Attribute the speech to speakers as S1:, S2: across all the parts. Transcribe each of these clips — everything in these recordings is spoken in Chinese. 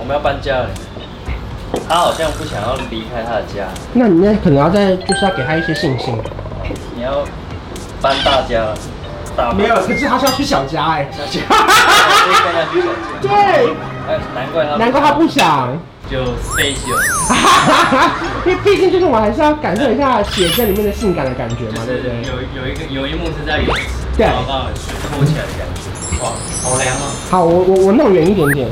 S1: 我们要搬家了。他好像不想要离开他的家，
S2: 那你那可能要在就是要给他一些信心。
S1: 你要搬大家了，大搬
S2: 啊没有，可是他是要去小家哎、
S1: 小家，我可以跟他去小家。
S2: 对，
S1: 哎，难怪他，
S2: 难怪他不想，
S1: 就飞起了，
S2: 因为毕竟就是我还是要感受一下写真里面的性感的感觉
S1: 就
S2: 嘛，对
S1: 是
S2: 不对？
S1: 有有一个有一幕是在泳池，
S2: 对
S1: 然后把我全部起来的感觉，哇，好凉哦。
S2: 好，我我我弄远一点点。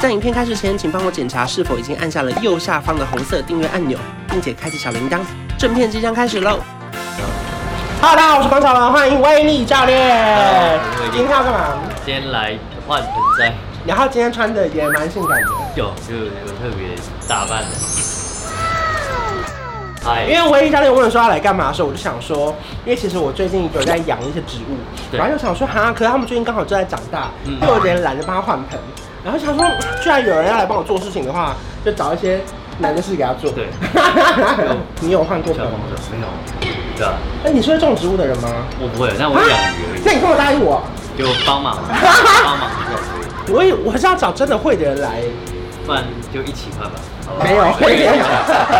S2: 在影片开始前，请帮我检查是否已经按下了右下方的红色订阅按钮，并且开启小铃铛。正片即将开始喽！Hello，大家好，我是广小龙，欢迎威力教练
S1: Hello，我是威。力
S2: 今天要干嘛？
S1: 今天来换盆栽，
S2: 然后今天穿的也蛮性感的，
S1: 有就有特别打扮的。
S2: 因
S1: 哎，
S2: 为威力教练问我说要来干嘛的时候，我就想说，因为其实我最近有在养一些植物，
S1: 对
S2: 然后就想说，哈，可是他们最近刚好正在长大，
S1: 嗯
S2: 就有点懒得帮他换盆，然后想说，居然有人要来帮我做事情的话，就找一些难的事给他做。
S1: 对
S2: 你有换过盆
S1: 小
S2: 吗？
S1: 红酒没有，对啊，
S2: 哎，你是会种植物的人吗？
S1: 我不会，但我
S2: 啊
S1: 养鱼而
S2: 那你跟我答应我，
S1: 已，就帮 忙，帮忙一下，
S2: 我也我是要找真的会的人来。
S1: 不然就一起换吧，好吧？
S2: 没 有，
S1: 随便一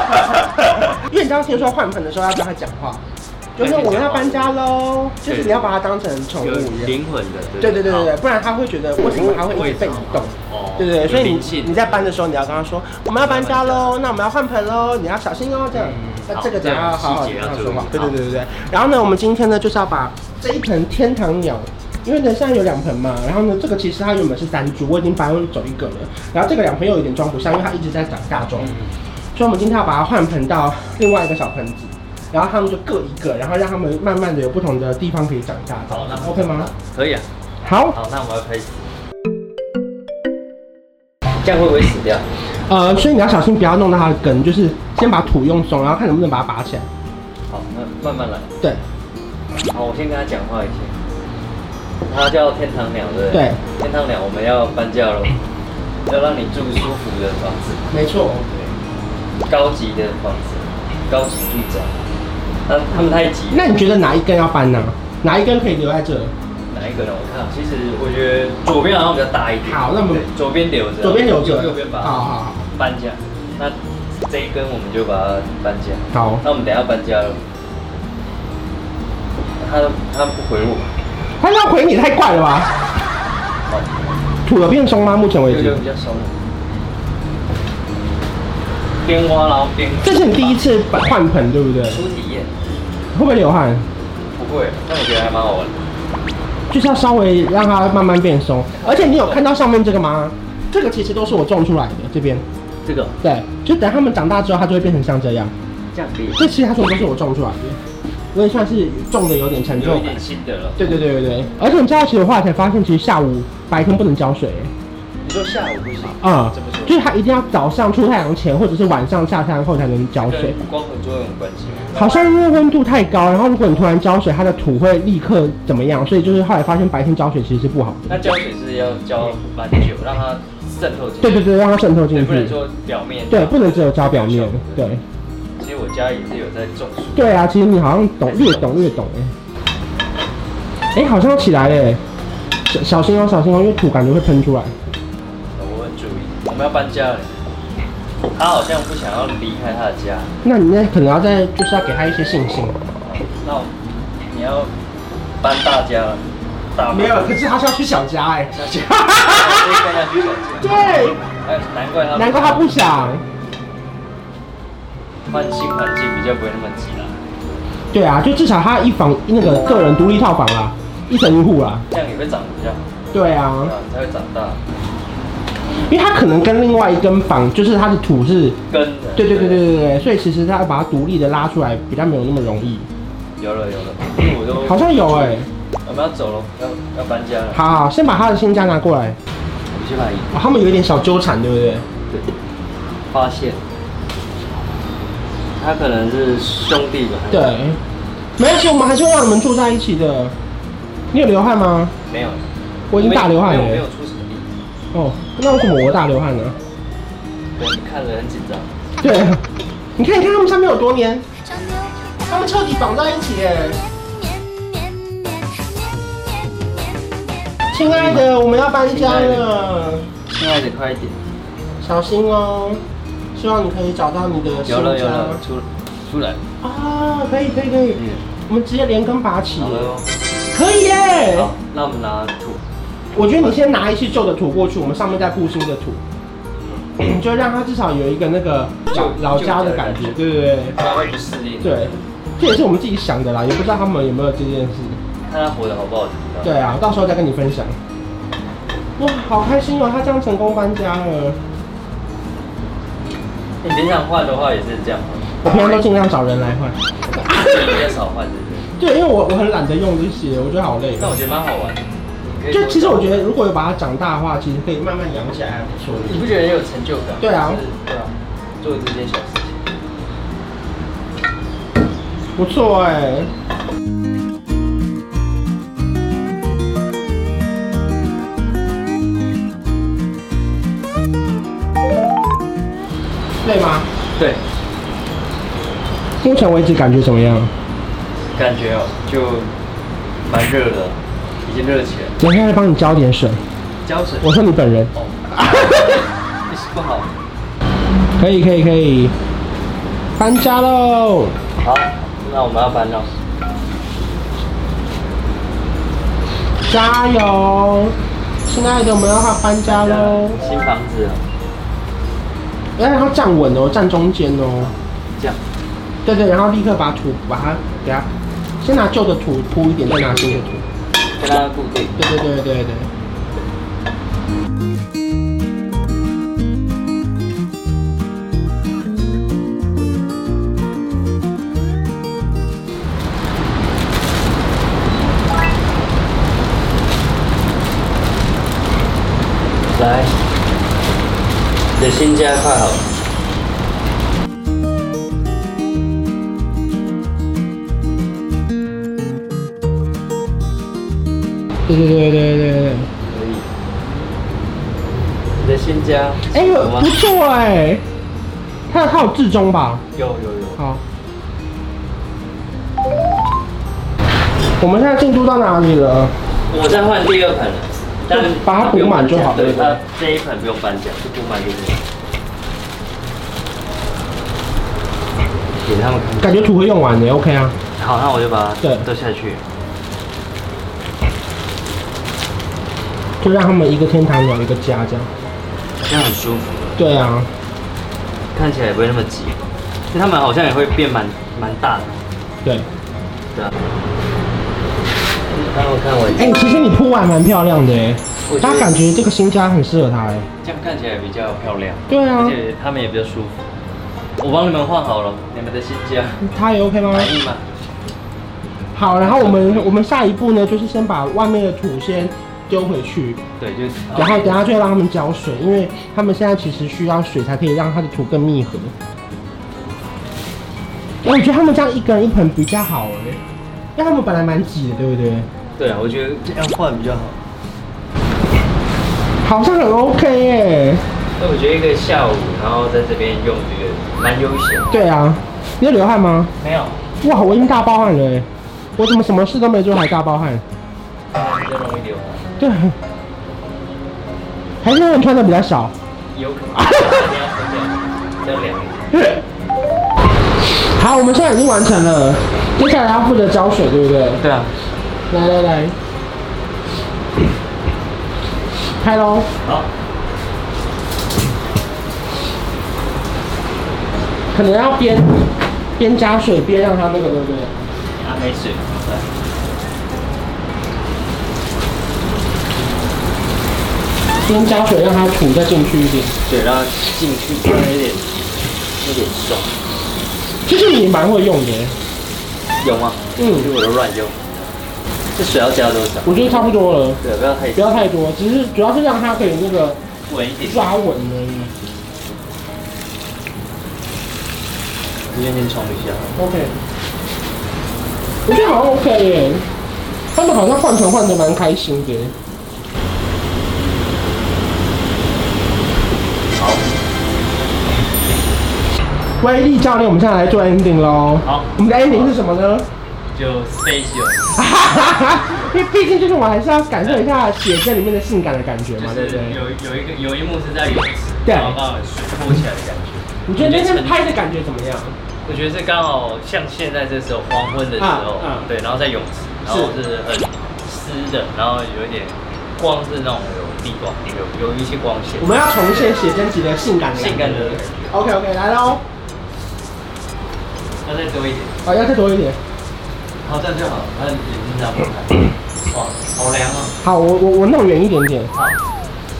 S1: 下
S2: 因为你知道，听说换盆的时候要跟他讲话，就是我们要搬家喽，就是你要把它当成宠
S1: 有
S2: 物一样。
S1: 灵魂的，
S2: 对对对对对，不然他会觉得为什么他会一直被移动
S1: 哦？
S2: 对对对，所以
S1: 有
S2: 你
S1: 灵性
S2: 你在搬的时候，你要跟他说我们要搬家喽，那我们要换盆喽，你要小心哦，这样
S1: 嗯。
S2: 那
S1: 好
S2: 这个等一下要好
S1: 这个
S2: 好跟
S1: 细节
S2: 他
S1: 要
S2: 说话。
S1: 注
S2: 对
S1: 意
S2: 对对对对。然后呢，我们今天呢就是要把这一盆天堂鸟。因为呢，现在有两盆嘛，然后呢，这个其实它原本是单株，我已经搬走一个了，然后这个两盆又有点装不下，因为它一直在长大中。
S1: 嗯
S2: 所以我们今天要把它换盆到另外一个小盆子，然后它们就各一个，然后让它们慢慢的有不同的地方可以长大。
S1: 好，那
S2: OK 吗？？
S1: 可以啊，
S2: 好，
S1: 好，那我们要开始。这样会不会死掉？
S2: 呃，所以你要小心不要弄到它的根，就是先把土用松，然后看能不能把它拔起来。
S1: 好，那慢慢来。
S2: 对
S1: 好，我先跟他讲话一下。他叫天堂鸟，对不对？
S2: 对，
S1: 天堂鸟，我们要搬家喽，要让你住舒服的房子，
S2: 没错。
S1: 对，高级的房子，高级住宅。那他们太急了，
S2: 那你觉得哪一根要搬呢、哪一根可以留在这？
S1: 哪一个呢？我看，其实我觉得左边好像比较大一点。
S2: 好那我们
S1: 对左边留着，
S2: 左边留着。
S1: 右边把
S2: 好
S1: 它
S2: 好
S1: 搬家。那这一根我们就把它搬家。
S2: 好。好，
S1: 那我们等一下搬家了。他他不回我，
S2: 他要回你太怪了吧？
S1: 好，
S2: 土有变松吗？目前为
S1: 这个
S2: 止
S1: 比，较松。边挖然后边，
S2: 这是你第一次搬换盆对不对？
S1: 初体验，
S2: 会不会流汗？
S1: 不会，但我觉得还蛮好玩的。
S2: 就是要稍微让它慢慢变松。而且你有看到上面这个吗？这个其实都是我种出来的，这边
S1: 这个
S2: 对，就等它们长大之后，它就会变成像这样。
S1: 这样可以，
S2: 这其实它全部都是我种出来的，我也算是种的有点成就
S1: 有一
S2: 感
S1: 点。新的了。
S2: 对对对对对，而且你知道，其实我后来才发现，其实下午白天不能浇水，
S1: 你说下午不行
S2: 啊、
S1: 怎么
S2: 就
S1: 说？
S2: 是它一定要早上出太阳前，或者是晚上下太阳后才能浇水。
S1: 跟光合作用有关系吗？
S2: 好像因为温度太高，然后如果你突然浇水，它的土会立刻怎么样？所以就是后来发现白天浇水其实是不好的。
S1: 那浇水是要浇蛮久，让它渗透进去。
S2: 对对对，让它渗透进
S1: 对，
S2: 去。
S1: 不能说表面。
S2: 对，不能只有浇表面。对，
S1: 其实我家也是有在种树。
S2: 对啊，其实你好像懂，越懂越懂哎。哎、好像要起来嘞，小小心哦、小心哦、因为土感觉会喷出来。
S1: 我很注意，我们要搬家了。他好像不想要离开他的家，
S2: 那你那可能要再就是要给他一些信心。
S1: 哦那我你要搬大家了，
S2: 啊
S1: 大搬
S2: 是他是要去小家哎、
S1: 小家，可以跟他去小家。
S2: 对，
S1: 哎，难怪他
S2: 难怪他不想。
S1: 换新环境比较不会那么急啦，
S2: 对啊，就至少他一房那个个人独立套房啦，一层一户啦。
S1: 这样也会长得比较好，
S2: 对啊
S1: 对，啊，才会长大。
S2: 因为他可能跟另外一根房，就是他的土是，
S1: 根的，
S2: 对对对对对对，所以其实他要把它独立的拉出来比较没有那么容易。
S1: 有了有了，因为我都
S2: 好像有哎、
S1: 我们要走了，要要搬家了，
S2: 好好，先把他的新家拿过来。
S1: 我们去把椅
S2: 哦、他们有一点小纠缠，对不对？
S1: 对，发现他可能是兄弟吧，
S2: 对，没关系，我们还是会让你们住在一起的。你有流汗吗？
S1: 没有，
S2: 我已经大流汗了
S1: 没有没有出什么力，
S2: 哦，那为什么我大流汗呢？
S1: 对，你看着很紧张。
S2: 对，你看，你看他们上面有多黏，他们彻底绑在一起耶。亲爱的，我们要搬家了，
S1: 亲爱的，快一点！
S2: 小心哦。希望你可以找到你的新
S1: 有了有
S2: 家。
S1: 了，出出来，
S2: 啊，可以可以可以，
S1: 嗯，
S2: 我们直接连根拔起
S1: 好，了哟。哦
S2: 可以耶。
S1: 好，那我们拿土，
S2: 我觉得你先拿一些旧的土过去，我们上面再铺新的土，
S1: 嗯
S2: 就让它至少有一个那个老老家的感觉，对不对？
S1: 他会不适应，
S2: 对，这也是我们自己想的啦，也不知道他们有没有这件事。
S1: 看他活得好不好。
S2: 对，啊，到时候再跟你分享。哇，好开心哦！他这样成功搬家了。
S1: 你平常换的话也是这 样吗？
S2: 我平常都尽量找人来换。
S1: 比较少换，对不对？
S2: 对，因为我我很懒得用这些，我觉得好累
S1: 但
S2: 哦。
S1: 我觉得蛮好玩的。你可以
S2: 就其实我觉
S1: 多
S2: 得，如果有把它长大的话，其实可以慢慢养起来，还不错。
S1: 找，你不觉得也有成就感？
S2: 对啊
S1: 就是对啊，做这件小事情。
S2: 不错哎、累吗？
S1: 对，
S2: 目前为止感觉怎么样？
S1: 感觉哦，就蛮热的，已经热起来了。
S2: 等一下来帮你浇点水。
S1: 胶水
S2: 我说你本人，
S1: 哦，意思不好。
S2: 可以可以可以，搬家喽！
S1: 好，那我们要搬了。
S2: 加油！亲爱的，我们要搬家喽！
S1: 新房子了，
S2: 哎，然后站稳哦，站中间哦。
S1: 这样。
S2: 对对，然后立刻把土把它给它，先拿旧的土铺一点，再拿新的土。
S1: 跟它固定。
S2: 对对对对对对。
S1: 来，你的新家快好了。
S2: 对对对对对对
S1: 可以。你的新家
S2: 哎、
S1: 有吗
S2: 不？错哎、它有它有至中吧？
S1: 有有有。
S2: 好。我们现在进度到哪里了？
S1: 我在换第二盆了，但
S2: 就把它补满就好了
S1: 对，它这一盆不用搬家，就补满给你。给他们看。
S2: 感觉土会用完的，OK 啊？
S1: 好，那我就把它
S2: 对
S1: 丢下去。
S2: 就让他们一个天堂有一个家这样。
S1: 这样很舒服，
S2: 对啊，
S1: 看起来也不会那么挤。因为他们好像也会变蛮蛮大的，
S2: 对。
S1: 对啊。让我看我，
S2: 哎、其实你铺完蛮漂亮的哎、
S1: 我觉得
S2: 他感觉这个新家很适合他哎、
S1: 这样看起来比较漂亮，
S2: 对啊
S1: 而，且他们也比较舒服。我帮你们换好了，你们的新家
S2: 他也 OK 吗？
S1: 满意吗？
S2: 好，然后我们我们下一步呢，就是先把外面的土先丢回去，
S1: 对，就是
S2: 然后等下就让他们浇水，因为他们现在其实需要水才可以让它的土更密合。哎，我觉得他们这样一个人一盆比较好哎，因为他们本来蛮挤的，对不对？
S1: 对啊，我觉得这样换比较好。
S2: 好像很 OK 哎。
S1: 那我觉得一个下午，然后在这边用，觉得蛮悠闲。
S2: 对啊，你有流汗吗？
S1: 没有，
S2: 哇，我已经大爆汗了哎，我怎么什么事都没做还大爆汗？
S1: 比较容易流汗，
S2: 对，还是他们穿的比较少。
S1: 有可能你要分掉，比较凉一点。
S2: 好，我们现在已经完成了，接下来要负责浇水，对不对？
S1: 对啊，
S2: 来来来，开喽！
S1: 好，
S2: 可能要边边加水边让它那个，对不对？
S1: 啊没水，对，
S2: 边加水让它土再进去一点。
S1: 水让它啊进去，不然有点有点爽。
S2: 其实你蛮会用的，
S1: 有吗？
S2: 嗯
S1: 其实我都乱用。这水要加多少？
S2: 我觉得差不多了，
S1: 对，不要太
S2: 不要太多，只是主要是让它可以那个
S1: 稳一点。
S2: 抓稳而已。
S1: 你先先冲一下。
S2: OK，我觉得好像 OK 耶，他们好像换船换的蛮开心的。
S1: 好，
S2: 威力教练，我们现在来做 ending 喽。
S1: 好
S2: 我们的 ending 是什么呢？
S1: 就 special。
S2: 因为毕竟就是我还是要感受一下写真里面的性感的感觉嘛，对
S1: 就是
S2: 不对？
S1: 有有一个有一幕是在游泳池，
S2: 对
S1: 然后把我水拖起来的感觉。
S2: 你觉得那天拍的感觉怎么样？
S1: 我觉得是刚好像现在这时候黄昏的时候，
S2: 啊啊
S1: 对，然后在泳池，然后是很湿的，然后有一点光是那种有地光，有有一些光线
S2: 我，们要重现写真集的性感的
S1: 性感的感觉，
S2: OK OK，来喽！
S1: 要再多一点，
S2: 好，要再多一点。
S1: 然后这样就好了，那眼睛这样不看，哇，好凉啊！
S2: 好，我我我弄远一点点，
S1: 好，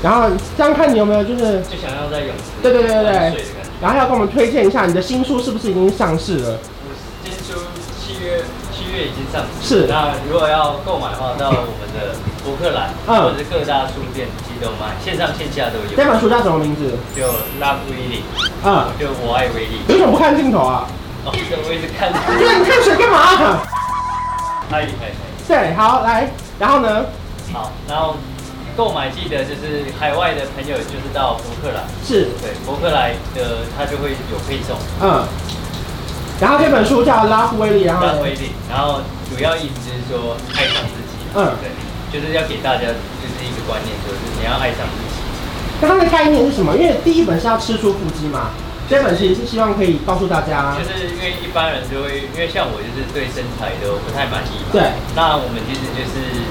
S2: 然后这样看你有没有就是，
S1: 就想要在泳池，
S2: 对对对对
S1: 水的
S2: 对
S1: 感觉。。
S2: 然后要跟我们推荐一下你的新书是不是已经上市了？
S1: 我今天就七月七月已经上市，
S2: 是
S1: 那如果要购买的话，到我们的博客来，
S2: 嗯
S1: 或者是各大书店其实都有卖，线上线下都有。
S2: 这本书叫什么名字？
S1: 就拉布伊里，
S2: 嗯，
S1: 就我爱威力。
S2: 你为什么不看镜头啊？
S1: 哦，这我一直看着
S2: 对，你看水干嘛、啊
S1: 他厉害。哎
S2: 对，好来，然后呢？
S1: 好，然后购买记得就是海外的朋友就是到博客来，
S2: 是，
S1: 对，博客来的他就会有配送。
S2: 嗯。然后这本书叫《拉夫威利》，然后
S1: 拉
S2: 呢
S1: 布伊里，然后主要意思就是说爱上自己。
S2: 嗯
S1: 对，就是要给大家就是一个观念，就是你要爱上自己。
S2: 那它的概念是什么？因为第一本是要吃出腹肌嘛，这本其实是希望可以告诉大家
S1: 就，是因为一般人就会，因为像我就是对身材都不太满意嘛。
S2: 对。
S1: 那我们其实就是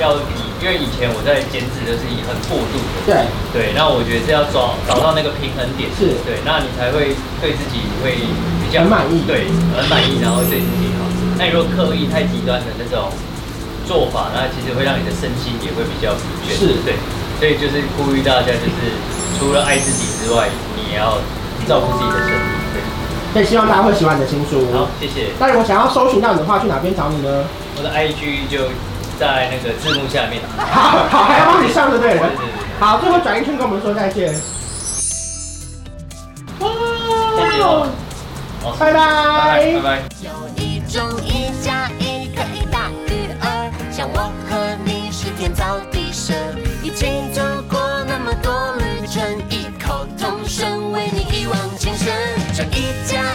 S1: 要以，因为以前我在减脂就是以很过度的。
S2: 对，
S1: 对，那我觉得是要找找到那个平衡点。
S2: 是
S1: 对，那你才会对自己会比较
S2: 很满意
S1: 对，很满意，然后对自己好。那你如果刻意太极端的那种做法，那其实会让你的身心也会比较疲倦。
S2: 是
S1: 对，所以就是呼吁大家，就是除了爱自己之外，你也要照顾自己的身体。对。
S2: 所以希望大家会喜欢你的新书。
S1: 好，谢谢。
S2: 那如果想要搜寻到你的话，去哪边找你呢？
S1: 我的 IG 就在那个字幕下面。
S2: 好好，还要帮你上就对
S1: 对对
S2: 了
S1: 对。对
S2: 好，最后转一圈跟我们说再见。
S1: 再见
S2: 哇
S1: 哦！好
S2: 拜拜
S1: 拜拜。
S3: 有一种一加一可以大于二，像我和你是天造地设，一起走过那么多旅程，异口同声为你一往情深。这一加